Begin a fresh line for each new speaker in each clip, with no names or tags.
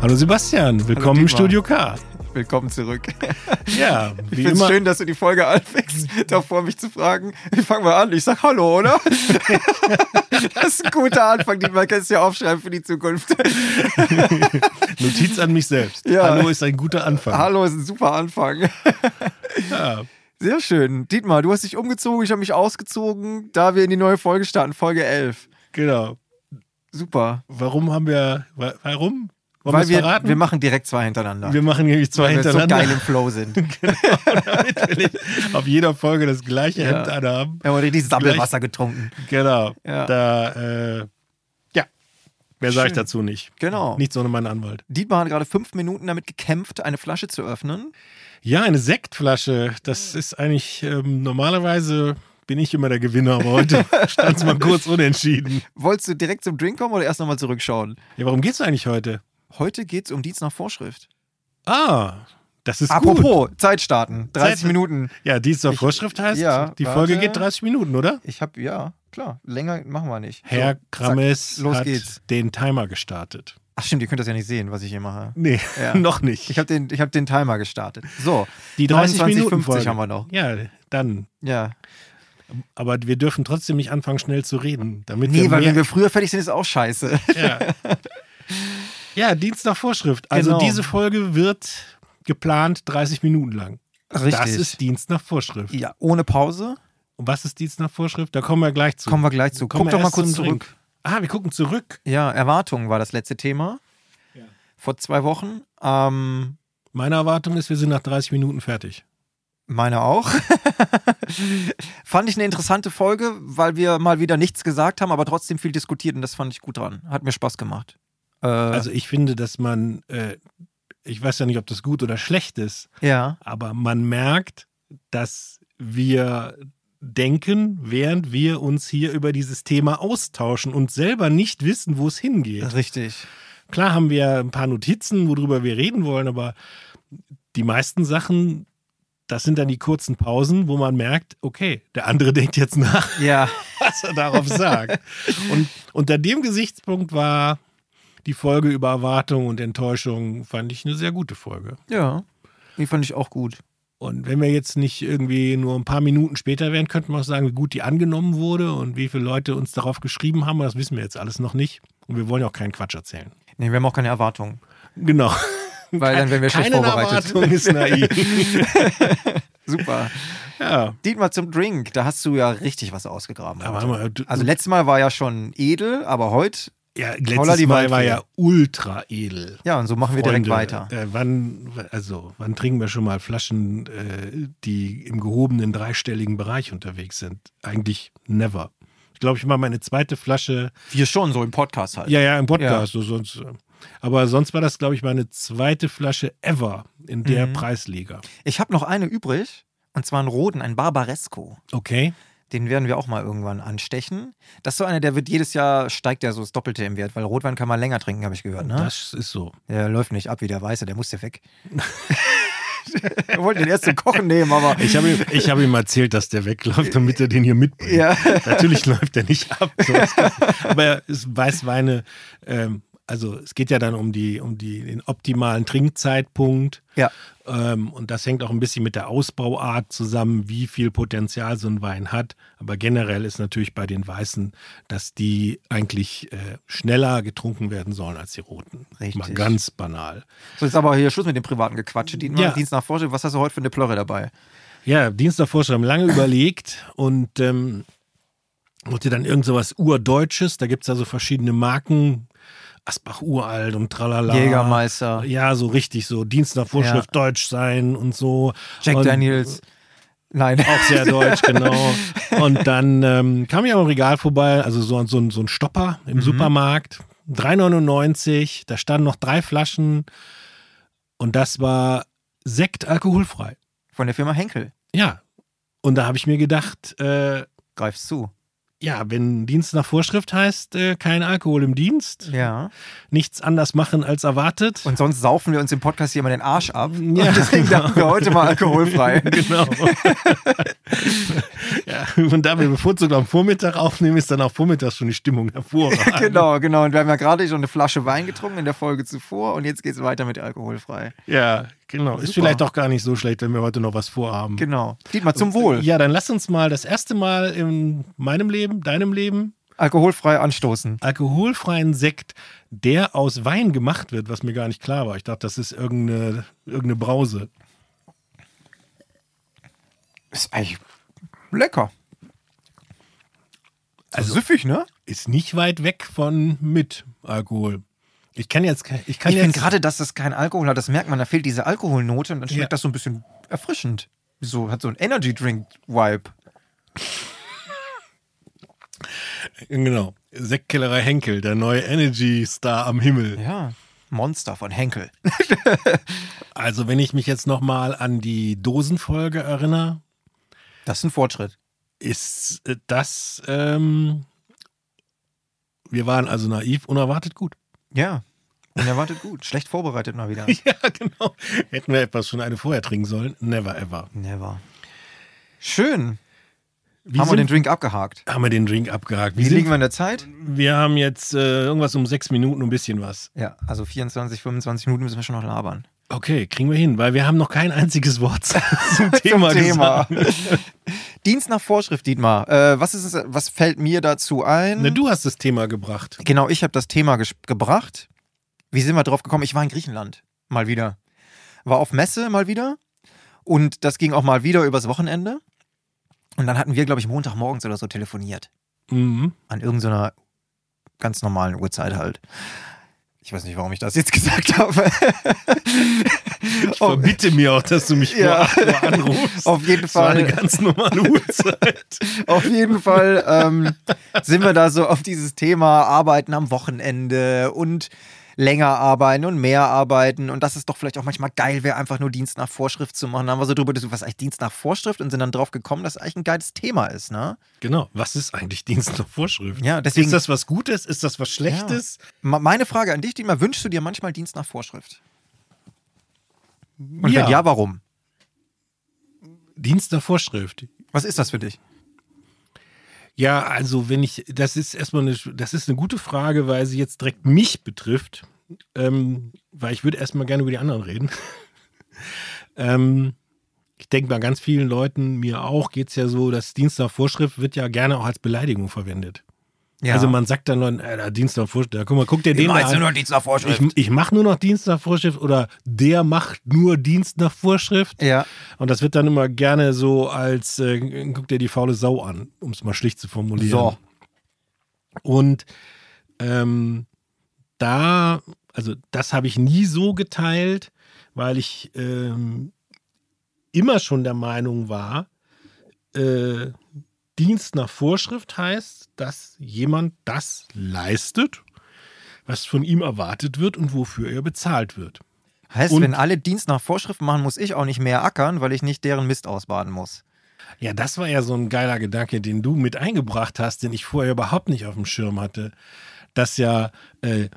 Hallo Sebastian, willkommen im
Dietmar.
Studio K.
Willkommen zurück.
Ja,
Ich
wie
finde es
immer.
schön, dass du die Folge anfängst, davor mich zu fragen. Ich fange mal an, ich sag Hallo, oder? das ist ein guter Anfang, den man kannst du ja aufschreiben für die Zukunft.
Notiz an mich selbst.
Ja.
Hallo ist ein guter Anfang.
Hallo ist ein super Anfang.
Ja.
Sehr schön. Dietmar, du hast dich umgezogen, ich habe mich ausgezogen, da wir in die neue Folge starten, Folge 11.
Genau.
Super.
Warum haben wir. wa- Warum? Wollen
Weil
wir's
wir,
verraten?
wir machen direkt zwei hintereinander.
Wir machen nämlich zwei
weil wir so
hintereinander.
geil im Flow sind.
damit wir nicht auf jeder Folge das gleiche
Ja.
Hemd anhaben.
Wir haben richtig Sammelwasser getrunken.
Genau.
Ja.
Da, äh, ja. Mehr sage ich
Schön.
dazu nicht.
Genau.
Nichts ohne meinen Anwalt.
Dietmar hat gerade fünf Minuten damit gekämpft, eine Flasche zu öffnen.
Ja, eine Sektflasche. Das ist eigentlich ähm, normalerweise. Bin ich immer der Gewinner, aber heute stand es mal kurz unentschieden.
Wolltest du direkt zum Drink kommen oder erst nochmal zurückschauen?
Ja, warum geht's eigentlich heute?
Heute geht's um Dienst nach Vorschrift.
Ah, das ist gut.
Apropos, Zeit starten. 30
Zeit-
Minuten.
Ja, die es zur
Ich-
Vorschrift heißt,
ja,
die
warte.
Folge geht 30 Minuten, oder?
Ich hab, ja, klar, länger machen wir nicht.
Herr
So, zack.
Krammes
los
hat
geht's.
den Timer gestartet.
Ach stimmt, ihr könnt das ja nicht sehen, was ich hier mache.
Nee,
Ja.
noch nicht.
Ich habe den, ich hab den Timer gestartet. So,
die 30 Minuten
29,50
Folge.
haben wir noch.
Ja, dann.
Ja.
Aber wir dürfen trotzdem nicht anfangen, schnell zu reden. Damit
Nee,
wir
weil
mehr,
wenn wir früher fertig sind, ist auch scheiße.
ja. ja, Dienst nach Vorschrift. Also
Genau.
diese Folge wird geplant 30 Minuten lang. Das ist Dienst nach Vorschrift.
ja, ohne Pause.
Und was ist Dienst nach Vorschrift? Da kommen wir gleich zu.
Kommen wir gleich zu.
Kommen
Guck
wir
doch mal
erst
kurz
zum
zurück.
Drink. Ah, wir gucken zurück.
Ja, Erwartungen war das letzte Thema.
Ja.
Vor zwei Wochen. Ähm,
Meine Erwartung ist, wir sind nach 30 Minuten fertig.
Meine auch. fand ich eine interessante Folge, weil wir mal wieder nichts gesagt haben, aber trotzdem viel diskutiert und das fand ich gut dran. Hat mir Spaß gemacht. Äh,
Also ich finde, dass man, äh, ich weiß ja nicht, ob das gut oder schlecht ist,
ja,
aber man merkt, dass wir denken, während wir uns hier über dieses Thema austauschen und selber nicht wissen, wo es hingeht.
richtig.
Klar haben wir ein paar Notizen, worüber wir reden wollen, aber die meisten Sachen, das sind dann die kurzen Pausen, wo man merkt, okay, der andere denkt jetzt nach.
Ja,
was er darauf sagt. Und unter dem Gesichtspunkt war die Folge über Erwartung und Enttäuschung, fand ich eine sehr gute Folge.
ja. Die fand ich auch gut.
Und wenn wir jetzt nicht irgendwie nur ein paar Minuten später wären, könnten wir auch sagen, wie gut die angenommen wurde und wie viele Leute uns darauf geschrieben haben. Das wissen wir jetzt alles noch nicht. Und wir wollen ja auch keinen Quatsch erzählen.
Nee, wir haben auch keine Erwartungen.
Genau.
Weil dann wären wir schlecht
Keine
vorbereitet.
Erwartung ist naiv.
Super.
ja.
Dietmar zum Drink, da hast du ja richtig was ausgegraben.
Aber
heute.
warte mal, du,
also letztes Mal war ja schon edel, aber heute,
ja,
Paula,
letztes
die
Mal war
Waldfee.
ja ultra edel.
ja, und so machen wir direkt
Freunde,
weiter.
Äh, wann, also, wann trinken wir schon mal Flaschen, äh, die im gehobenen dreistelligen Bereich unterwegs sind? Eigentlich never. Ich glaube, ich mache meine zweite Flasche.
Wir schon, so im Podcast halt.
Ja, ja, im Podcast. So, sonst, äh, aber sonst war das, glaube ich, meine zweite Flasche ever in der
Mhm.
Preisliga.
Ich habe noch eine übrig, und zwar einen roten, ein Barbaresco.
Okay.
Den werden wir auch mal irgendwann anstechen. Das ist so einer, der wird jedes Jahr, steigt der so das Doppelte im Wert, weil Rotwein kann man länger trinken, habe ich gehört. Ne?
Das ist so.
Der läuft nicht ab wie der Weiße, der muss ja weg. Wir wollten den erst zum Kochen nehmen, aber.
Ich habe ihm, ich habe ihm erzählt, dass der wegläuft, damit er den hier mitbringt.
Ja.
Natürlich läuft er nicht ab. So ist das. Aber es Weißweine, ähm, also es geht ja dann um, die, um die, den optimalen Trinkzeitpunkt.
Ja.
Ähm, und das hängt auch ein bisschen mit der Ausbauart zusammen, wie viel Potenzial so ein Wein hat. Aber generell ist natürlich bei den Weißen, dass die eigentlich äh, schneller getrunken werden sollen als die Roten.
Richtig.
Mal ganz banal.
So, jetzt aber hier Schluss mit dem privaten Gequatsche. Dienst,
Ja.
Dienst nach Vorstellung. Was hast du heute für eine Plörre dabei?
Ja, Dienst davor schon haben wir lange überlegt und ähm, wollte dann irgend so was Urdeutsches. Da gibt es ja so verschiedene Marken. Asbach uralt und tralala.
Jägermeister,
Ja, so richtig so. Dienst nach Vorschrift deutsch sein und so.
Jack
und
Daniels. Nein.
Auch sehr deutsch, genau. Und dann ähm, kam ja auch ein Regal vorbei, also so, so, ein- so ein Stopper
Mhm.
im Supermarkt. 3,99. Da standen noch drei Flaschen. Und das war Sekt alkoholfrei.
Von der Firma Henkel.
Ja. Und da habe ich mir gedacht, äh,
Greifst zu.
ja, wenn Dienst nach Vorschrift heißt, äh, kein Alkohol im Dienst,
Ja.
nichts anders machen als erwartet.
Und sonst saufen wir uns im Podcast hier immer den Arsch ab.
Ja,
und deswegen dachten wir heute mal alkoholfrei.
genau. ja, und da wir bevorzugt am Vormittag aufnehmen, ist dann auch vormittags schon die Stimmung hervorragend.
genau, genau. Und wir haben ja gerade schon eine Flasche Wein getrunken in der Folge zuvor und jetzt geht es weiter mit alkoholfrei.
Ja, genau. Ist
Super.
vielleicht auch gar nicht so schlecht, wenn wir heute noch was vorhaben.
Genau. Dietmar, zum Wohl.
Ja, dann lass uns mal das erste Mal in meinem Leben, deinem Leben,
Alkoholfrei anstoßen.
alkoholfreien Sekt, der aus Wein gemacht wird, was mir gar nicht klar war. Ich dachte, das ist irgendeine, irgendeine Brause.
Ist eigentlich lecker.
Also-
Also süffig, ne?
Ist nicht weit weg von mit Alkohol. Ich kann jetzt, ke- ich kann
Ich finde
jetzt
gerade, dass das kein Alkohol hat, das merkt man, da fehlt diese Alkoholnote und dann schmeckt
Ja.
das so ein bisschen erfrischend. So, hat so ein Energy Drink Vibe.
genau Sektkellerei Henkel, der neue Energy Star am Himmel.
Ja. Monster von Henkel.
Also wenn ich mich jetzt noch mal an die Dosenfolge erinnere,
Das ist ein Fortschritt.
ist äh, das. Ähm, wir waren also naiv, unerwartet gut.
Ja. Unerwartet gut. Schlecht vorbereitet mal wieder.
Ja, genau. Hätten wir etwas schon eine vorher trinken sollen? Never ever.
Never. Schön.
Wie
Haben wir
sind-
den Drink abgehakt?
haben wir den Drink abgehakt.
Wie
Wir,
liegen wir
sind,
in der Zeit?
wir haben jetzt äh, irgendwas um sechs Minuten, ein bisschen was.
Ja, also 24, 25 Minuten müssen wir schon noch labern.
Okay, kriegen wir hin, weil wir haben noch kein einziges Wort zum Thema, gesagt.
Dienst nach Vorschrift, Dietmar. Äh, was, ist es, was fällt mir dazu ein?
Ne, du hast das Thema gebracht.
Genau, ich habe das Thema ges- gebracht. Wie sind wir drauf gekommen? Ich war in Griechenland. Mal wieder. War auf Messe mal wieder. Und das ging auch mal wieder übers Wochenende. Und dann hatten wir, glaube ich, Montagmorgens oder so telefoniert.
Mhm.
An irgendeiner ganz normalen Uhrzeit halt. Ich weiß nicht, warum ich das jetzt gesagt habe.
Ich verbitte mir auch, dass du mich
Oh. Ja.
vor 8 Uhr anrufst.
auf jeden
das war eine
Fall.
ganz normale Uhrzeit.
Auf jeden Fall ähm, sind wir da so auf dieses Thema Arbeiten am Wochenende und länger arbeiten und mehr arbeiten und dass es doch vielleicht auch manchmal geil wäre, einfach nur Dienst nach Vorschrift zu machen. Da haben wir so drüber diskutiert, was ist eigentlich Dienst nach Vorschrift und sind dann drauf gekommen, dass es eigentlich ein geiles Thema ist, ne?
Genau, was ist eigentlich Dienst nach Vorschrift?
Ja,
Ist
deswegen,
das was Gutes? Ist das was Schlechtes?
Ma- meine Frage an dich, Dima, wünschst du dir manchmal Dienst nach Vorschrift? Und
Ja.
wenn ja, warum?
Dienst nach Vorschrift.
Was ist das für dich?
Ja, also wenn ich, das ist erstmal eine, das ist eine gute Frage, weil sie jetzt direkt mich betrifft, ähm, weil ich würde erstmal gerne über die anderen reden. ähm, ich denke bei ganz vielen Leuten, mir auch, geht es ja so, dass Dienst nach Vorschrift wird ja gerne auch als Beleidigung verwendet.
Ja.
Also man sagt dann, dann, äh, da Dienst nach Vorschrift, da, guck mal, guck dir den
Immer
mal
jetzt nur
an.
noch Dienst nach
Ich,
Vorschrift.
ich mache nur noch Dienst nach Vorschrift oder der macht nur Dienst nach Vorschrift.
ja.
Und das wird dann immer gerne so als, äh, guck dir die faule Sau an, um es mal schlicht zu formulieren.
So.
Und ähm, da, also das habe ich nie so geteilt, weil ich ähm, immer schon der Meinung war, äh, Dienst nach Vorschrift heißt, dass jemand das leistet, was von ihm erwartet wird und wofür er bezahlt wird.
Heißt,
Und-
wenn alle Dienst nach Vorschrift machen, muss ich auch nicht mehr ackern, weil ich nicht deren Mist ausbaden muss.
Ja, das war ja so ein geiler Gedanke, den du mit eingebracht hast, den ich vorher überhaupt nicht auf dem Schirm hatte. Dass ja, äh,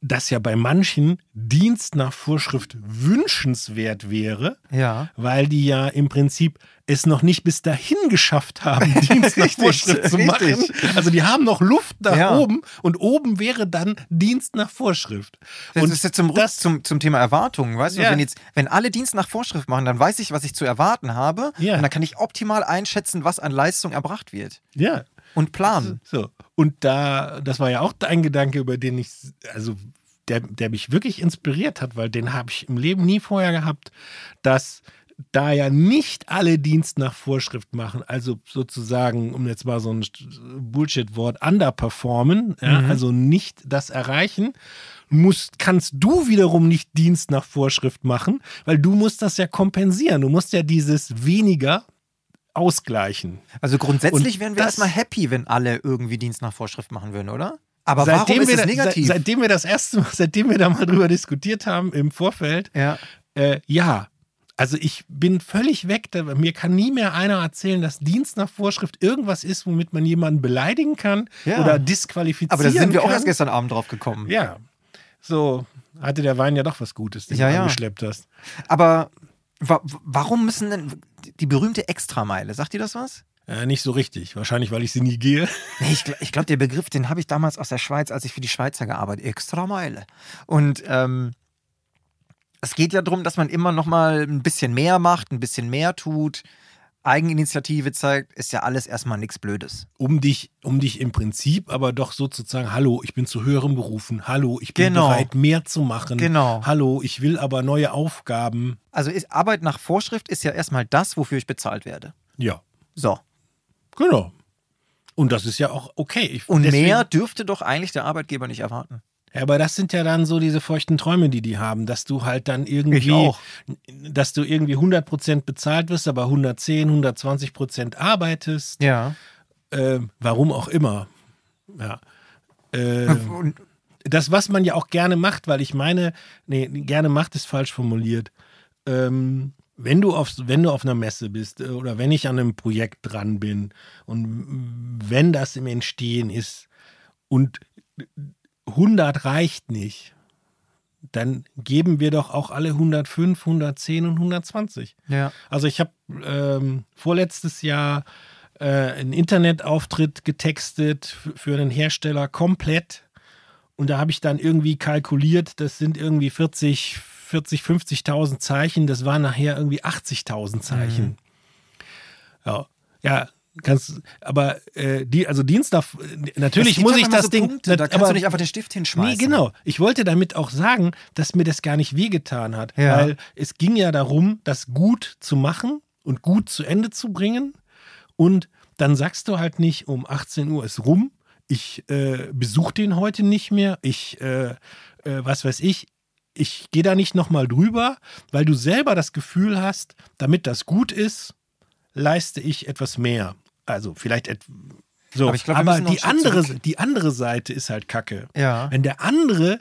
dass ja bei manchen Dienst nach Vorschrift wünschenswert wäre,
Ja.
weil die ja im Prinzip es noch nicht bis dahin geschafft haben, Dienst nach
Richtig,
Vorschrift zu machen.
richtig.
Also die haben noch Luft nach
Ja.
oben und oben wäre dann Dienst nach Vorschrift.
Das
und
ist jetzt zum,
das-
das, zum, zum Thema Erwartungen, weißt du?
Ja.
Wenn, jetzt, wenn alle Dienst nach Vorschrift machen, dann weiß ich, was ich zu erwarten habe.
Ja.
Und dann kann ich optimal einschätzen, was an Leistung erbracht wird.
ja,
Und planen.
So. Und da, das war ja auch ein Gedanke, über den ich, also der, der mich wirklich inspiriert hat, weil den habe ich im Leben nie vorher gehabt, dass da ja nicht alle Dienst nach Vorschrift machen, also sozusagen, um jetzt mal so ein Bullshit-Wort, underperformen, ja, also nicht das erreichen, musst, kannst du wiederum nicht Dienst nach Vorschrift machen, weil du musst das ja kompensieren, du musst ja dieses weniger ausgleichen.
Also grundsätzlich
Und
wären wir
das-
erstmal happy, wenn alle irgendwie Dienst nach Vorschrift machen würden, oder? Aber warum
seitdem
ist
wir
es
da-
negativ?
Seit, seitdem wir das erste Mal, seitdem wir da mal drüber diskutiert haben im Vorfeld,
ja.
äh, ja, Also ich bin völlig weg. Da, mir kann nie mehr einer erzählen, dass Dienst nach Vorschrift irgendwas ist, womit man jemanden beleidigen kann
Ja.
oder disqualifizieren
Aber da sind wir
kann.
auch erst gestern Abend drauf gekommen.
Ja, so hatte der Wein ja doch was Gutes, den
Ja,
du
ja.
angeschleppt hast.
Aber wa warum müssen denn die berühmte Extrameile, sagt ihr das was?
Äh, nicht so richtig. Wahrscheinlich, weil ich sie nie gehe.
Nee, ich glaube, glaub, der Begriff, den habe ich damals aus der Schweiz, als ich für die Schweizer gearbeitet Extrameile. Und ähm, es geht ja darum, dass man immer noch mal ein bisschen mehr macht, ein bisschen mehr tut, Eigeninitiative zeigt, ist ja alles erstmal nichts Blödes.
Um dich, um dich im Prinzip aber doch sozusagen, hallo, ich bin zu höheren Berufen, hallo, ich bin
Genau.
bereit, mehr zu machen.
Genau.
Hallo, ich will aber neue Aufgaben.
Also ist, Arbeit nach Vorschrift ist ja erstmal das, wofür ich bezahlt werde.
Ja,
So.
genau. Und das ist ja auch okay. Ich,
Und
deswegen-
mehr dürfte doch eigentlich der Arbeitgeber nicht erwarten.
Ja, aber das sind ja dann so diese feuchten Träume, die die haben, dass du halt dann irgendwie,
Ich auch.
dass du irgendwie 100% bezahlt wirst, aber 110, 120% arbeitest.
Ja.
Ähm, warum auch immer. Ja. Ähm,
Und,
das, was man ja auch gerne macht, weil ich meine, nee, gerne macht ist falsch formuliert. Ähm, wenn du, auf, wenn du auf einer Messe bist äh, oder wenn ich an einem Projekt dran bin und wenn das im Entstehen ist und 100 reicht nicht, dann geben wir doch auch alle 105, 110 und 120.
ja.
Also ich habe ähm, vorletztes Jahr äh, einen Internetauftritt getextet f- für einen Hersteller komplett. Und da habe ich dann irgendwie kalkuliert, das sind irgendwie 40, 40, 50.000 Zeichen. Das waren nachher irgendwie 80.000 Zeichen.
Mhm.
Ja, ja. Kannst, aber äh, die, also Dienst darf, natürlich
Es gibt
muss
ja
ich
manchmal
das
so
Ding.
Punkte, da kannst
aber,
du nicht einfach den Stift hinschmeißen.
Nee, genau. Ich wollte damit auch sagen, dass mir das gar nicht wehgetan hat,
Ja.
weil es ging ja darum, das gut zu machen und gut zu Ende zu bringen. Und dann sagst du halt nicht, um 18 Uhr ist rum, ich äh, besuche den heute nicht mehr, ich, äh, äh, was weiß ich, ich gehe da nicht nochmal drüber, weil du selber das Gefühl hast, damit das gut ist, leiste ich etwas mehr. Also vielleicht et so,
Aber
aber,
ich glaub, wir müssen noch
die,
einen Schritt
andere,
zurück.
die andere Seite ist halt Kacke.
Ja.
Wenn der andere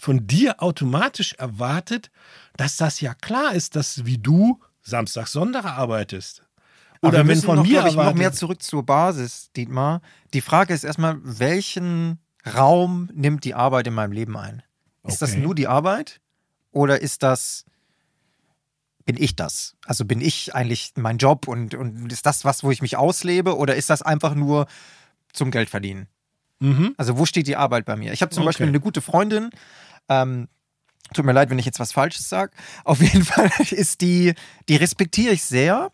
von dir automatisch erwartet, dass das ja klar ist, dass wie du Samstag, Sonntag arbeitest.
Aber
Oder
wir
wenn
müssen
von
noch,
mir
glaub ich, noch
erwartet-
mehr zurück zur Basis, Dietmar. Die Frage ist erstmal, welchen Raum nimmt die Arbeit in meinem Leben ein? Ist das
Okay.
nur die Arbeit oder ist das bin ich das? Also bin ich eigentlich mein Job und, und ist das was, wo ich mich auslebe oder ist das einfach nur zum Geld verdienen?
Mhm.
Also wo steht die Arbeit bei mir? Ich habe zum
Okay.
Beispiel eine gute Freundin. Ähm, tut mir leid, wenn ich jetzt was Falsches sage. Auf jeden Fall ist die, die respektiere ich sehr,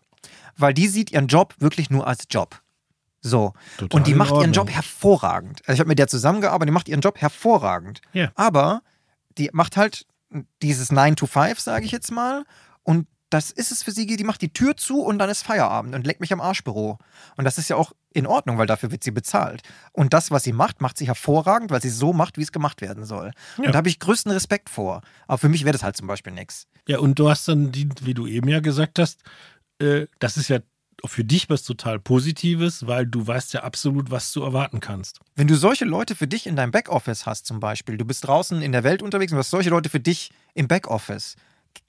weil die sieht ihren Job wirklich nur als Job. So.
Total
Und die
in
macht ihren
Ordnung.
Job hervorragend. Also ich habe mit der zusammengearbeitet, die macht ihren Job hervorragend.
Ja.
Aber die macht halt dieses 9 to 5, sage ich jetzt mal. Und das ist es für sie, die macht die Tür zu und dann ist Feierabend und leckt mich am Arschbüro. Und das ist ja auch in Ordnung, weil dafür wird sie bezahlt. Und das, was sie macht, macht sie hervorragend, weil sie so macht, wie es gemacht werden soll.
Ja.
Und da habe ich größten Respekt vor. Aber für mich wäre das halt zum Beispiel nichts.
Ja, und du hast dann, die, wie du eben ja gesagt hast, äh, das ist ja für dich was total Positives, weil du weißt ja absolut, was du erwarten kannst.
Wenn du solche Leute für dich in deinem Backoffice hast, zum Beispiel, du bist draußen in der Welt unterwegs und du hast solche Leute für dich im Backoffice,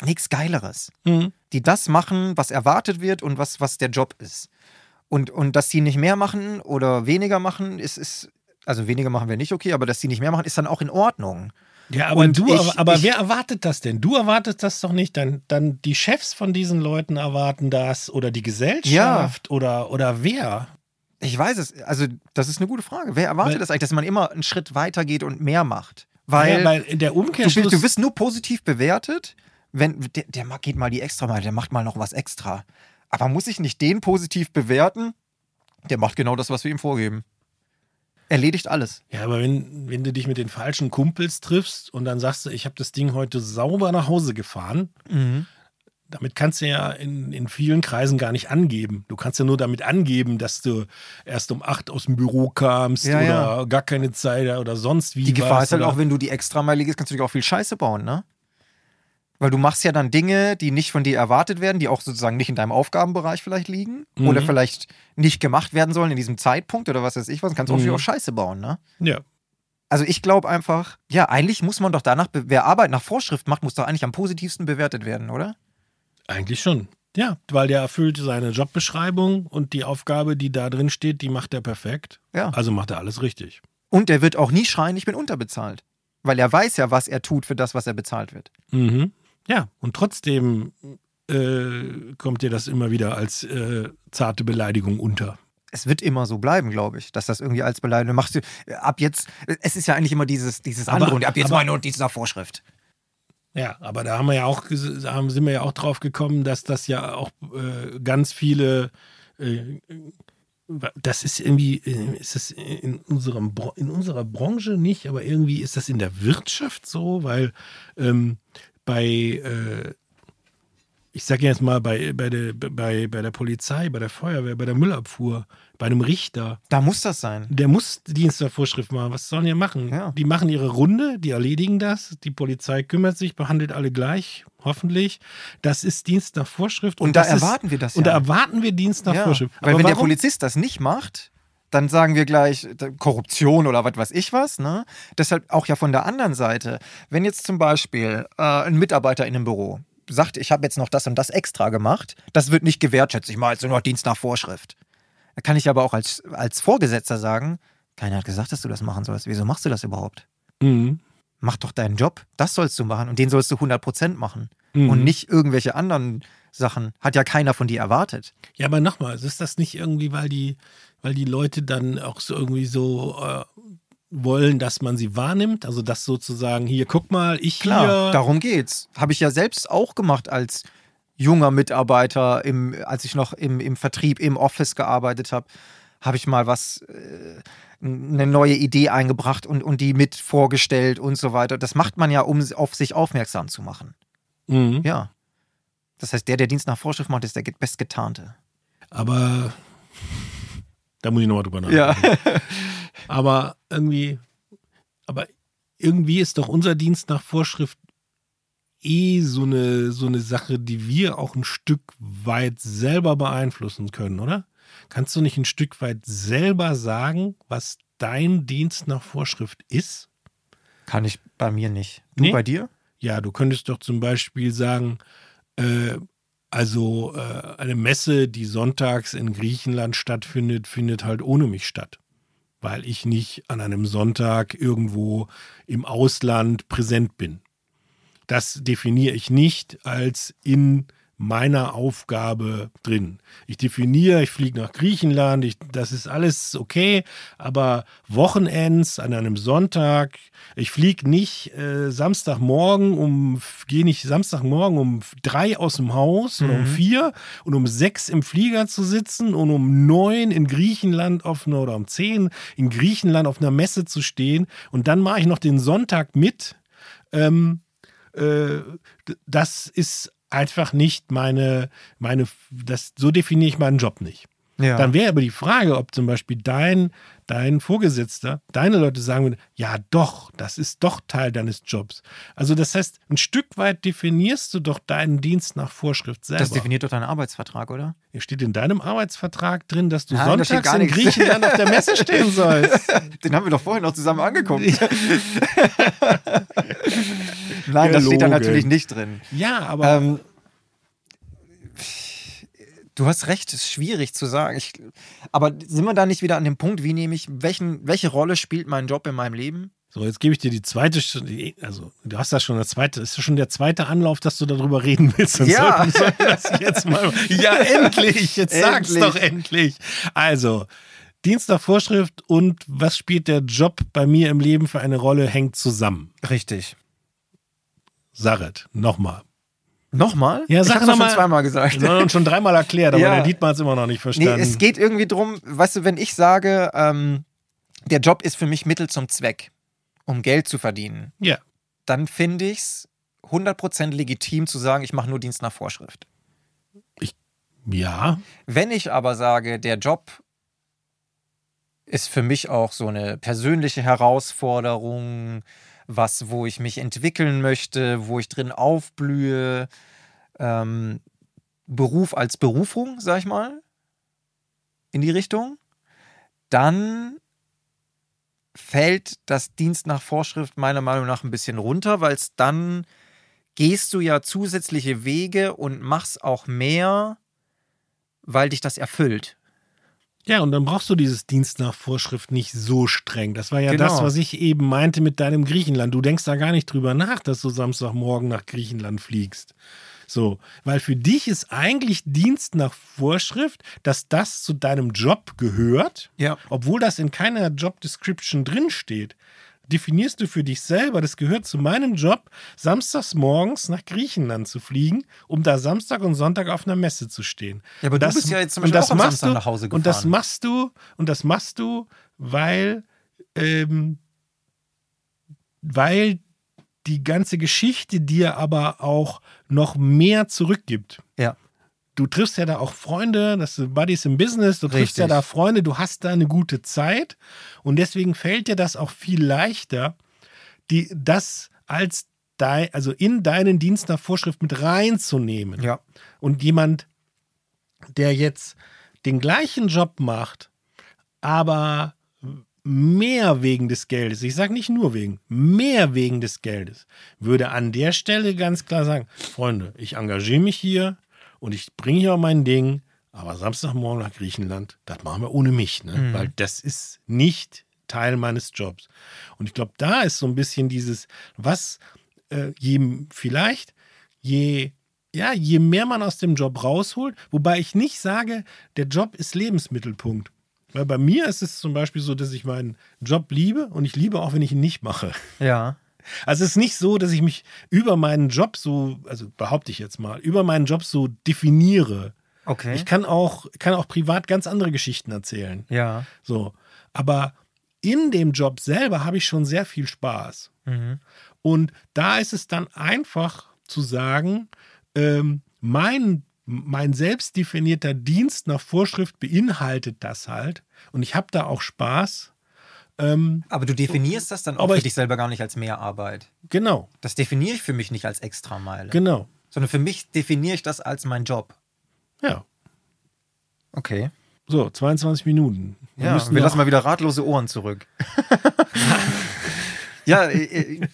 nichts Geileres.
Mhm.
Die das machen, was erwartet wird und was, was der Job ist. Und, und dass die nicht mehr machen oder weniger machen, ist, ist, also weniger machen wir nicht okay, aber dass die nicht mehr machen, ist dann auch in Ordnung.
Ja, aber
Und
du,
ich-
aber, aber
ich-
wer erwartet das denn? Du erwartest das doch nicht. Dann, dann die Chefs von diesen Leuten erwarten das oder die Gesellschaft oder, oder wer?
Ich weiß es, also das ist eine gute Frage. Wer erwartet
Weil-
das eigentlich, dass man immer einen Schritt weiter geht und mehr macht? Weil,
ja, weil der
du, bist-
Umkehrschluss.
du wirst nur positiv bewertet, wenn der, der mag- geht mal die extra mal, der macht mal noch was extra. Aber muss ich nicht den positiv bewerten? Der macht genau das, was wir ihm vorgeben. Erledigt alles.
ja, aber wenn, wenn du dich mit den falschen Kumpels triffst und dann sagst du, ich habe das Ding heute sauber nach Hause gefahren, damit kannst du ja in, in vielen Kreisen gar nicht angeben. Du kannst ja nur damit angeben, dass du erst um acht aus dem Büro kamst
Ja,
oder
ja.
gar keine Zeit oder sonst wie.
Die Gefahr
warst
ist halt
oder-
auch, wenn du die extra mal legst, kannst du dir auch viel Scheiße bauen, ne? Weil du machst ja dann Dinge, die nicht von dir erwartet werden, die auch sozusagen nicht in deinem Aufgabenbereich vielleicht liegen
Mhm.
oder vielleicht nicht gemacht werden sollen in diesem Zeitpunkt oder was weiß ich was, kannst du auch
Mhm.
viel auf Scheiße bauen, ne?
Ja.
Also ich glaube einfach, ja, eigentlich muss man doch danach, be- wer Arbeit nach Vorschrift macht, muss doch eigentlich am positivsten bewertet werden, oder?
Eigentlich schon. Ja, weil der erfüllt seine Jobbeschreibung und die Aufgabe, die da drin steht, die macht er perfekt.
Ja.
Also macht er alles richtig.
Und er wird auch nie schreien, ich bin unterbezahlt. Weil er weiß ja, was er tut für das, was er bezahlt wird.
Mhm. Ja, und trotzdem äh, kommt dir das immer wieder als äh, zarte Beleidigung unter.
Es wird immer so bleiben, glaube ich, dass das irgendwie als Beleidigung machst du äh, ab jetzt. Es ist ja eigentlich immer dieses, dieses
Aber-
andere und ab jetzt
aber-
meine und dieser Vorschrift.
Ja, aber da haben wir ja auch, ges- haben, sind wir ja auch drauf gekommen, dass das ja auch äh, ganz viele, äh, das ist irgendwie, äh, ist das in unserem, Bro- in unserer Branche nicht, aber irgendwie ist das in der Wirtschaft so, weil ähm, bei, äh, ich sage jetzt mal bei, bei der, bei, bei der Polizei, bei der Feuerwehr, bei der Müllabfuhr, bei einem Richter,
Da muss das sein.
der muss Dienstvorschrift machen. Was sollen die machen?
Ja.
Die machen ihre Runde, die erledigen das. Die Polizei kümmert sich, behandelt alle gleich, hoffentlich. Das ist Dienst nach Vorschrift.
Und da
das
erwarten wir das
Und
ja.
da erwarten wir Dienst nach
Ja. Weil
Vorschrift. Aber
wenn der
warum?
Polizist das nicht macht, dann sagen wir gleich äh, Korruption oder was weiß ich was. Ne? Deshalb auch ja von der anderen Seite. Wenn jetzt zum Beispiel äh, ein Mitarbeiter in einem Büro sagt, ich habe jetzt noch das und das extra gemacht, das wird nicht gewertschätzt. Ich mache jetzt nur noch Dienst nach Vorschrift. Da kann ich aber auch als, als Vorgesetzter sagen, keiner hat gesagt, dass du das machen sollst. Wieso machst du das überhaupt?
Mhm.
mach doch deinen Job, das sollst du machen und den sollst du 100% machen
Mhm.
und nicht irgendwelche anderen Sachen. Hat ja keiner von dir erwartet.
Ja, aber nochmal, ist das nicht irgendwie, weil die, weil die Leute dann auch so irgendwie so äh, wollen, dass man sie wahrnimmt? Also das sozusagen, hier, guck mal, ich
Klar,
hier.
darum geht's. Habe ich ja selbst auch gemacht als junger Mitarbeiter, im, als ich noch im, im Vertrieb, im Office gearbeitet habe, habe ich mal was, äh, eine neue Idee eingebracht und, und die mit vorgestellt und so weiter. Das macht man ja, um auf sich aufmerksam zu machen.
Mhm.
Ja. Das heißt, der, der Dienst nach Vorschrift macht, ist der get- Bestgetarnte.
Aber da muss ich nochmal drüber nachdenken. Aber irgendwie, aber irgendwie ist doch unser Dienst nach Vorschrift eh so eine, so eine Sache, die wir auch ein Stück weit selber beeinflussen können, oder? Kannst du nicht ein Stück weit selber sagen, was dein Dienst nach Vorschrift ist?
Kann ich bei mir nicht. Du
Nee.
bei dir?
Ja, du könntest doch zum Beispiel sagen, äh, also äh, eine Messe, die sonntags in Griechenland stattfindet, findet halt ohne mich statt. Weil ich nicht an einem Sonntag irgendwo im Ausland präsent bin. Das definiere ich nicht als in meiner Aufgabe drin. Ich definiere, ich fliege nach Griechenland, ich, das ist alles okay, aber Wochenends an einem Sonntag, ich fliege nicht äh, Samstagmorgen um, gehe nicht Samstagmorgen um drei aus dem Haus oder um vier und um sechs im Flieger zu sitzen und um neun in Griechenland auf einer oder um zehn in Griechenland auf einer Messe zu stehen und dann mache ich noch den Sonntag mit ähm, äh, d- das ist einfach nicht meine, meine, das, so definiere ich meinen Job nicht.
Ja.
Dann wäre aber die Frage, ob zum Beispiel dein, dein Vorgesetzter, deine Leute sagen würden, ja doch, das ist doch Teil deines Jobs. Also das heißt, ein Stück weit definierst du doch deinen Dienst nach Vorschrift selber.
das definiert doch deinen Arbeitsvertrag, oder?
steht in deinem Arbeitsvertrag drin, dass du
Nein, da
sonntags
steht gar
in
nichts.
Griechenland auf der Messe stehen sollst.
Den haben wir doch vorhin noch zusammen angeguckt. Nein, das steht da
Gelogen.
natürlich nicht drin.
Ja, aber
Ähm, du hast recht, ist schwierig zu sagen. Ich, aber sind wir da nicht wieder an dem Punkt, wie nehme ich, welchen, welche Rolle spielt mein Job in meinem Leben?
So, jetzt gebe ich dir die zweite, Sch- die- also du hast das schon, das zweite, ist schon der zweite Anlauf, dass du darüber reden willst. Sonst
Ja.
sollten- sollten wir das jetzt mal. Ja, endlich, jetzt sag's
Endlich.
doch endlich. Also, Dienst nach Vorschrift und was spielt der Job bei mir im Leben für eine Rolle, hängt zusammen.
Richtig.
Saret, nochmal.
Nochmal?
Ja, sag
ich hab's
noch
doch
mal.
schon zweimal gesagt.
Wir haben uns schon dreimal erklärt, aber
Ja.
der Dietmar hat es immer noch nicht
Nee,
verstanden.
es geht irgendwie drum, weißt du, wenn ich sage, ähm, der Job ist für mich Mittel zum Zweck, um Geld zu verdienen,
Ja.
dann finde ich es 100% legitim zu sagen, ich mache nur Dienst nach Vorschrift.
Ja.
Wenn ich aber sage, der Job ist für mich auch so eine persönliche Herausforderung, was, wo ich mich entwickeln möchte, wo ich drin aufblühe, ähm, Beruf als Berufung, sag ich mal, in die Richtung, dann fällt das Dienst nach Vorschrift meiner Meinung nach ein bisschen runter, weil es dann gehst du ja zusätzliche Wege und machst auch mehr, weil dich das erfüllt.
Ja, und dann brauchst du dieses Dienst nach Vorschrift nicht so streng. Das war ja
Genau.
das, was ich eben meinte mit deinem Griechenland. Du denkst da gar nicht drüber nach, dass du Samstagmorgen nach Griechenland fliegst. So, weil für dich ist eigentlich Dienst nach Vorschrift, dass das zu deinem Job gehört,
Ja.
obwohl das in keiner Job Description drinsteht. Definierst du für dich selber, das gehört zu meinem Job, samstags morgens nach Griechenland zu fliegen, um da Samstag und Sonntag auf einer Messe zu stehen.
Ja, aber du
das,
bist ja jetzt zum
und
Beispiel
das
auch am
machst
Samstag
du,
nach Hause
Und das
gefahren.
machst du, und das machst du, weil, ähm, weil die ganze Geschichte dir aber auch noch mehr zurückgibt.
Ja.
Du triffst ja da auch Freunde, das sind Buddies im Business, du triffst
Richtig.
ja da Freunde, du hast da eine gute Zeit und deswegen fällt dir das auch viel leichter, die, das als dein, also in deinen Dienst nach Vorschrift mit reinzunehmen.
Ja.
Und jemand, der jetzt den gleichen Job macht, aber mehr wegen des Geldes, ich sage nicht nur wegen, mehr wegen des Geldes, würde an der Stelle ganz klar sagen, Freunde, ich engagiere mich hier und ich bringe hier auch mein Ding, aber Samstagmorgen nach Griechenland, das machen wir ohne mich, ne? weil das ist nicht Teil meines Jobs. Und ich glaube, da ist so ein bisschen dieses, was äh, je vielleicht, je ja, je mehr man aus dem Job rausholt, wobei ich nicht sage, der Job ist Lebensmittelpunkt. Weil bei mir ist es zum Beispiel so, dass ich meinen Job liebe und ich liebe auch, wenn ich ihn nicht mache.
Ja.
Also es ist nicht so, dass ich mich über meinen Job so, also behaupte ich jetzt mal, über meinen Job so definiere.
Okay.
Ich kann auch, kann auch privat ganz andere Geschichten erzählen.
ja.
So. Aber in dem Job selber habe ich schon sehr viel Spaß.
Mhm.
Und da ist es dann einfach zu sagen, ähm, mein, mein selbst definierter Dienst nach Vorschrift beinhaltet das halt. Und ich habe da auch Spaß. Ähm,
Aber du definierst das dann auch
Aber
für
ich-
dich selber gar nicht als Mehrarbeit.
genau,
Das definiere ich für mich nicht als Extrameile,
genau.
sondern für mich definiere ich das als mein Job.
Ja.
Okay.
So, 22 Minuten. Wir
Ja,
müssen
wir
noch-
lassen mal wieder ratlose Ohren zurück. ja, äh, äh,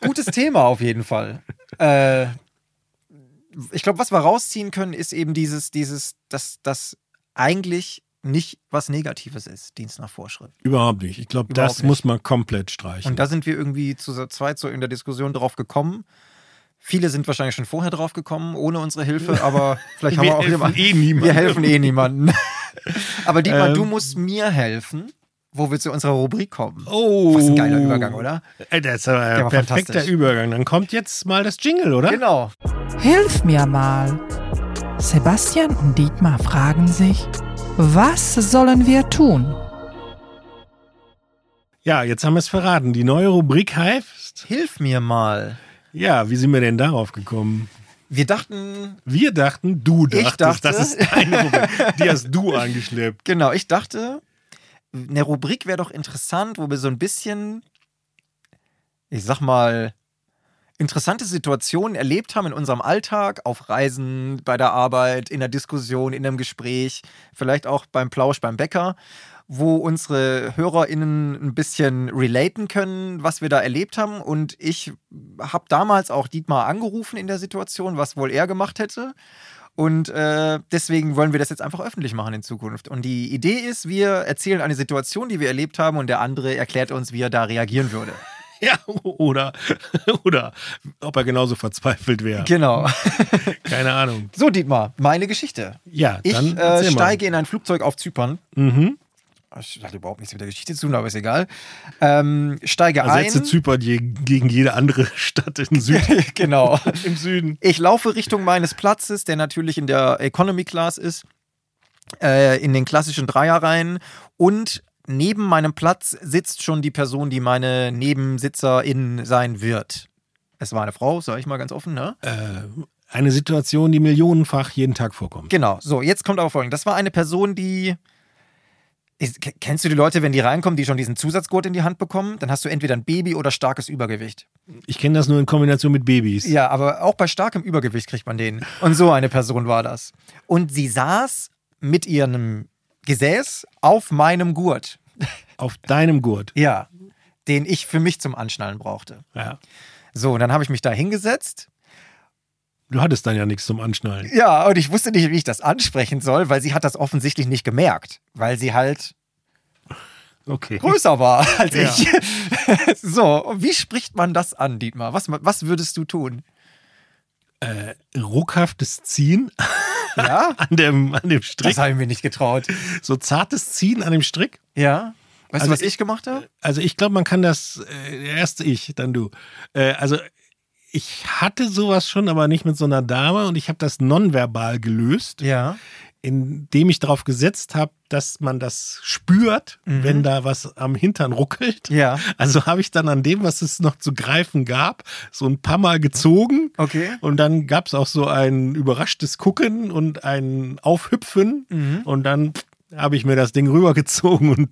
gutes Thema auf jeden Fall. Äh, ich glaube, was wir rausziehen können, ist eben dieses, dieses, dass das eigentlich nicht was Negatives ist, Dienst nach Vorschrift.
überhaupt nicht. Ich glaube,
Überhaupt
das
nicht.
muss man komplett streichen.
Und da sind wir irgendwie zu zweit so in der Diskussion drauf gekommen. Viele sind wahrscheinlich schon vorher drauf gekommen, ohne unsere Hilfe, aber vielleicht haben wir, auch jemanden.
eh niemand.
Wir helfen eh niemandem. Aber Dietmar,
Ähm.
du musst mir helfen, wo wir zu unserer Rubrik kommen.
Oh.
Was ein geiler Übergang, oder?
Ey, Das Äh, ist aber ein
war
perfekter
fantastisch.
Übergang. Dann kommt jetzt mal das Jingle, oder?
Genau.
Hilf mir mal. Sebastian und Dietmar fragen sich, was sollen wir tun?
Ja, jetzt haben wir es verraten. Die neue Rubrik heißt.
Hilf mir mal.
Ja, wie sind wir denn darauf gekommen?
Wir dachten,
Wir dachten, du
Ich
dachtest,
dachte.
das ist deine Rubrik. Die hast du angeschleppt.
genau, ich dachte, eine Rubrik wäre doch interessant, wo wir so ein bisschen, ich sag mal, interessante Situationen erlebt haben in unserem Alltag, auf Reisen, bei der Arbeit, in der Diskussion, in einem Gespräch, vielleicht auch beim Plausch beim Bäcker, wo unsere HörerInnen ein bisschen relaten können, was wir da erlebt haben. Und ich habe damals auch Dietmar angerufen in der Situation, was wohl er gemacht hätte. Und äh, deswegen wollen wir das jetzt einfach öffentlich machen in Zukunft. Und die Idee ist, wir erzählen eine Situation, die wir erlebt haben, und der andere erklärt uns, wie er da reagieren würde.
Ja, oder, oder ob er genauso verzweifelt wäre.
Genau.
Keine Ahnung.
So, Dietmar, meine Geschichte.
Ja,
Ich
dann
äh,
erzähl mal.
steige in ein Flugzeug auf Zypern.
Mhm.
Ich hatte überhaupt nichts mit der Geschichte zu tun, aber ist egal. Ähm, steige
Ersetze
ein.
Zypern je, gegen jede andere Stadt im Süden.
genau.
Im Süden.
Ich laufe Richtung meines Platzes, der natürlich in der Economy Class ist, äh, in den klassischen Dreierreihen. Und neben meinem Platz sitzt schon die Person, die meine Nebensitzerin sein wird. Es war eine Frau, sage ich mal ganz offen, ne?
Äh, eine Situation, die millionenfach jeden Tag vorkommt.
Genau, so, jetzt kommt aber folgendes. Das war eine Person, die. Ist, k- kennst du die Leute, wenn die reinkommen, die schon diesen Zusatzgurt in die Hand bekommen? Dann hast du entweder ein Baby oder starkes Übergewicht.
Ich kenne das nur in Kombination mit Babys.
Ja, aber auch bei starkem Übergewicht kriegt man den. Und so eine Person war das. Und sie saß mit ihrem Gesäß auf meinem Gurt.
Auf deinem Gurt.
Ja. Den ich für mich zum Anschnallen brauchte.
Ja.
So, und dann habe ich mich da hingesetzt
Du hattest dann ja nichts zum Anschnallen.
Ja, und ich wusste nicht, wie ich das ansprechen soll, weil sie hat das offensichtlich nicht gemerkt, weil sie halt
Okay.
größer war als
Ja.
ich. so, und wie spricht man das an, Dietmar? Was, was würdest du tun?
Ruckhaftes Ziehen
Ja?
an dem, an dem Strick.
Das habe ich mir nicht getraut.
so zartes Ziehen an dem Strick.
Ja? Weißt
Also
du, was
ich-
ich gemacht habe?
Also ich glaube, man kann das äh, erst ich, dann du. Äh, also ich hatte sowas schon, aber nicht mit so einer Dame und ich habe das nonverbal gelöst,
Ja.
indem ich darauf gesetzt habe, dass man das spürt,
Mhm.
wenn da was am Hintern ruckelt.
Ja.
Also habe ich dann an dem, was es noch zu greifen gab, so ein paar Mal gezogen.
Okay.
Und dann gab es auch so ein überraschtes Gucken und ein Aufhüpfen.
Mhm.
Und dann habe ich mir das Ding rübergezogen und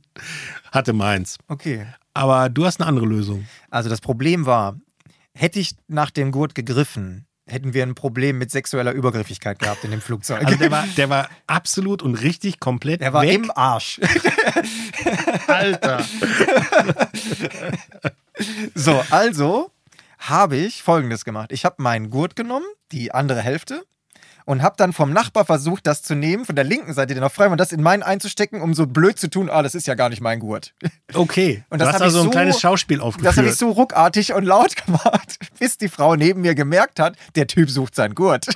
hatte meins.
Okay.
Aber du hast eine andere Lösung.
Also das Problem war, hätte ich nach dem Gurt gegriffen, hätten wir ein Problem mit sexueller Übergriffigkeit gehabt in dem Flugzeug.
Also der war, der war absolut und richtig komplett
Der war
weg.
im Arsch.
Alter.
So, also habe ich folgendes gemacht. Ich habe meinen Gurt genommen, die andere Hälfte, und habe dann vom Nachbar versucht, das zu nehmen, von der linken Seite, der noch frei war, und das in meinen einzustecken, um so blöd zu tun, ah, das ist ja gar nicht mein Gurt.
Okay.
Und
du
das
hast
hab
also ein
ich so-
kleines Schauspiel aufgeführt.
Das habe ich so ruckartig und laut gemacht, bis die Frau neben mir gemerkt hat, der Typ sucht seinen Gurt.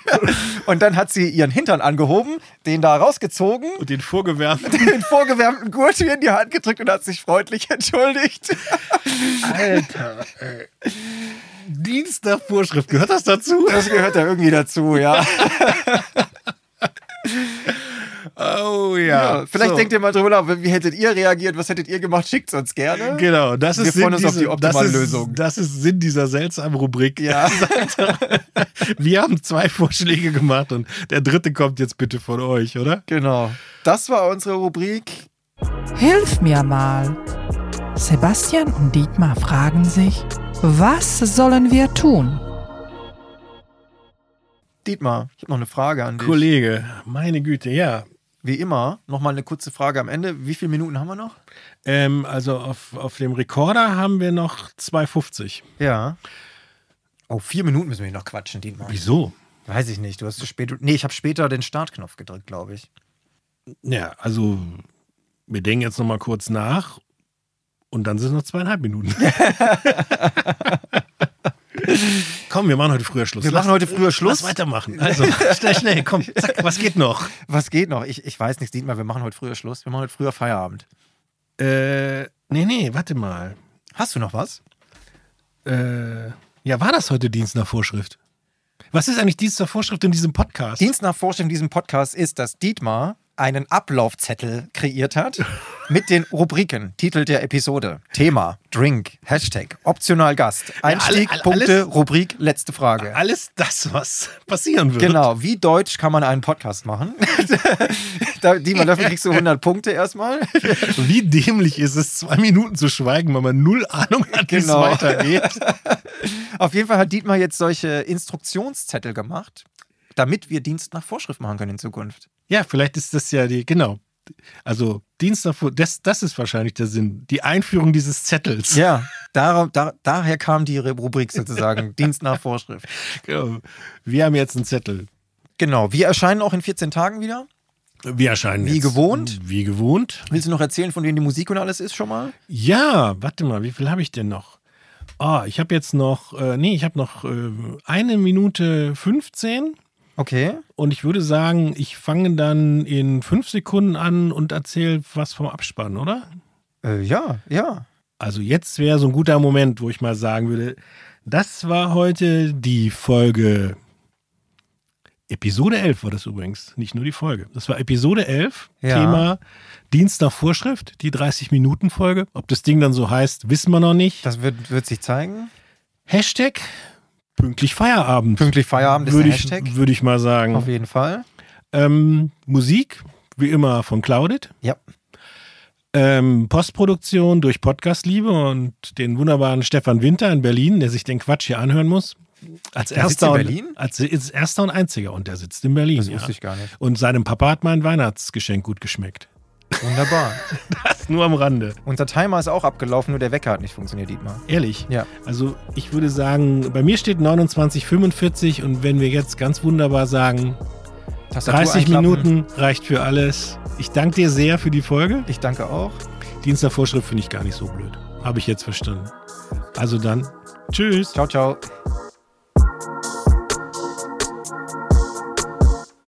Und dann hat sie ihren Hintern angehoben, den da rausgezogen,
und den vorgewärmt.
den vorgewärmten Gurt hier in die Hand gedrückt und hat sich freundlich entschuldigt.
Alter. Dienst nach Vorschrift. Gehört das dazu?
Das gehört da irgendwie dazu, ja.
Oh ja.
Ja, vielleicht
so.
denkt ihr mal drüber nach, wie hättet ihr reagiert, was hättet ihr gemacht, schickt uns gerne.
Genau, das
Wir
ist, Sinn
freuen uns auf die
das,
optimale
ist
Lösung.
das ist Sinn dieser seltsamen Rubrik.
Ja.
Wir haben zwei Vorschläge gemacht und der dritte kommt jetzt bitte von euch, oder?
genau. Das war unsere Rubrik.
Hilf mir mal. Sebastian und Dietmar fragen sich, was sollen wir tun?
Dietmar, ich habe noch eine Frage an dich.
Kollege, meine Güte, ja.
Wie immer, nochmal eine kurze Frage am Ende. Wie viele Minuten haben wir noch?
Ähm, also auf, auf dem Rekorder haben wir noch 2,50.
Ja. Oh, vier Minuten müssen wir hier noch quatschen, Dietmar.
Wieso?
Weiß ich nicht, du hast zu spät. Nee, ich habe später den Startknopf gedrückt, glaube ich.
Ja, also wir denken jetzt nochmal kurz nach und dann sind es noch zweieinhalb Minuten. komm, wir machen heute früher Schluss.
Wir
Lass-
machen heute früher
Lass
Schluss.
weitermachen. Also, schnell, schnell, komm, zack, was geht noch?
Was geht noch? Ich, ich weiß nicht, Dietmar, wir machen heute früher Schluss. Wir machen heute früher Feierabend.
Äh, nee, nee, warte mal.
Hast du noch was?
Äh, ja, war das heute Dienst nach Vorschrift? Was ist eigentlich Dienst nach Vorschrift in diesem Podcast?
Dienst nach Vorstellung in diesem Podcast ist, dass Dietmar einen Ablaufzettel kreiert hat mit den Rubriken, Titel der Episode, Thema, Drink, Hashtag, optional Gast, Einstieg,
alle-
Punkte,
alles-
Rubrik, letzte Frage.
Alles das, was passieren wird.
Genau, wie deutsch kann man einen Podcast machen? Da- Dietmar Löffel kriegst du 100 Punkte erstmal.
Wie dämlich ist es, zwei Minuten zu schweigen, weil man null Ahnung hat, wie es
Genau.
weitergeht.
Auf jeden Fall hat Dietmar jetzt solche Instruktionszettel gemacht, damit wir Dienst nach Vorschrift machen können in Zukunft.
Ja, vielleicht ist das ja die, genau. Also Dienst nach Vorschrift, das, das ist wahrscheinlich der Sinn. Die Einführung dieses Zettels.
Ja, da, da, daher kam die Rubrik sozusagen, Dienst nach Vorschrift.
Genau. Wir haben jetzt einen Zettel.
Genau, wir erscheinen auch in 14 Tagen wieder.
Wir erscheinen
Wie
jetzt.
gewohnt?
Wie gewohnt.
Willst du noch erzählen, von wem die Musik und alles ist schon mal?
Ja, warte mal, wie viel habe ich denn noch? Ah, ich habe jetzt noch, äh, nee, ich habe noch äh, eine Minute 15
Okay.
und ich würde sagen, ich fange dann in fünf Sekunden an und erzähle was vom Abspann, oder?
Äh, ja, ja.
Also jetzt wäre so ein guter Moment, wo ich mal sagen würde, das war heute die Folge. Episode 11 war das übrigens, nicht nur die Folge. Das war Episode 11,
Ja.
Thema Dienst nach Vorschrift, die 30-Minuten-Folge. Ob das Ding dann so heißt, wissen wir noch nicht.
Das wird, wird sich zeigen.
Hashtag pünktlich Feierabend.
Pünktlich Feierabend ist
würde
der
ich,
Hashtag.
würde ich mal
Auf
sagen.
jeden Fall.
Ähm, Musik, wie immer von Clouded.
Ja.
Ähm, Postproduktion durch Podcastliebe und den wunderbaren Stefan Winter in Berlin, der sich den Quatsch hier anhören muss. Als
Der sitzt
erster,
in
und,
Berlin?
Als, als erster und einziger und der sitzt in Berlin.
Das
ja.
wusste ich gar nicht.
Und seinem Papa hat mein Weihnachtsgeschenk gut geschmeckt.
Wunderbar.
ist nur am Rande.
Unser Timer ist auch abgelaufen, nur der Wecker hat nicht funktioniert, Dietmar.
Ehrlich.
Ja.
Also ich würde sagen, bei mir steht 29,45 und wenn wir jetzt ganz wunderbar sagen,
Tastatur
30
einklappen.
Minuten reicht für alles. Ich danke dir sehr für die Folge.
Ich danke auch.
Dienstagvorschrift finde ich gar nicht so blöd. Habe ich jetzt verstanden. Also dann, tschüss.
Ciao, ciao.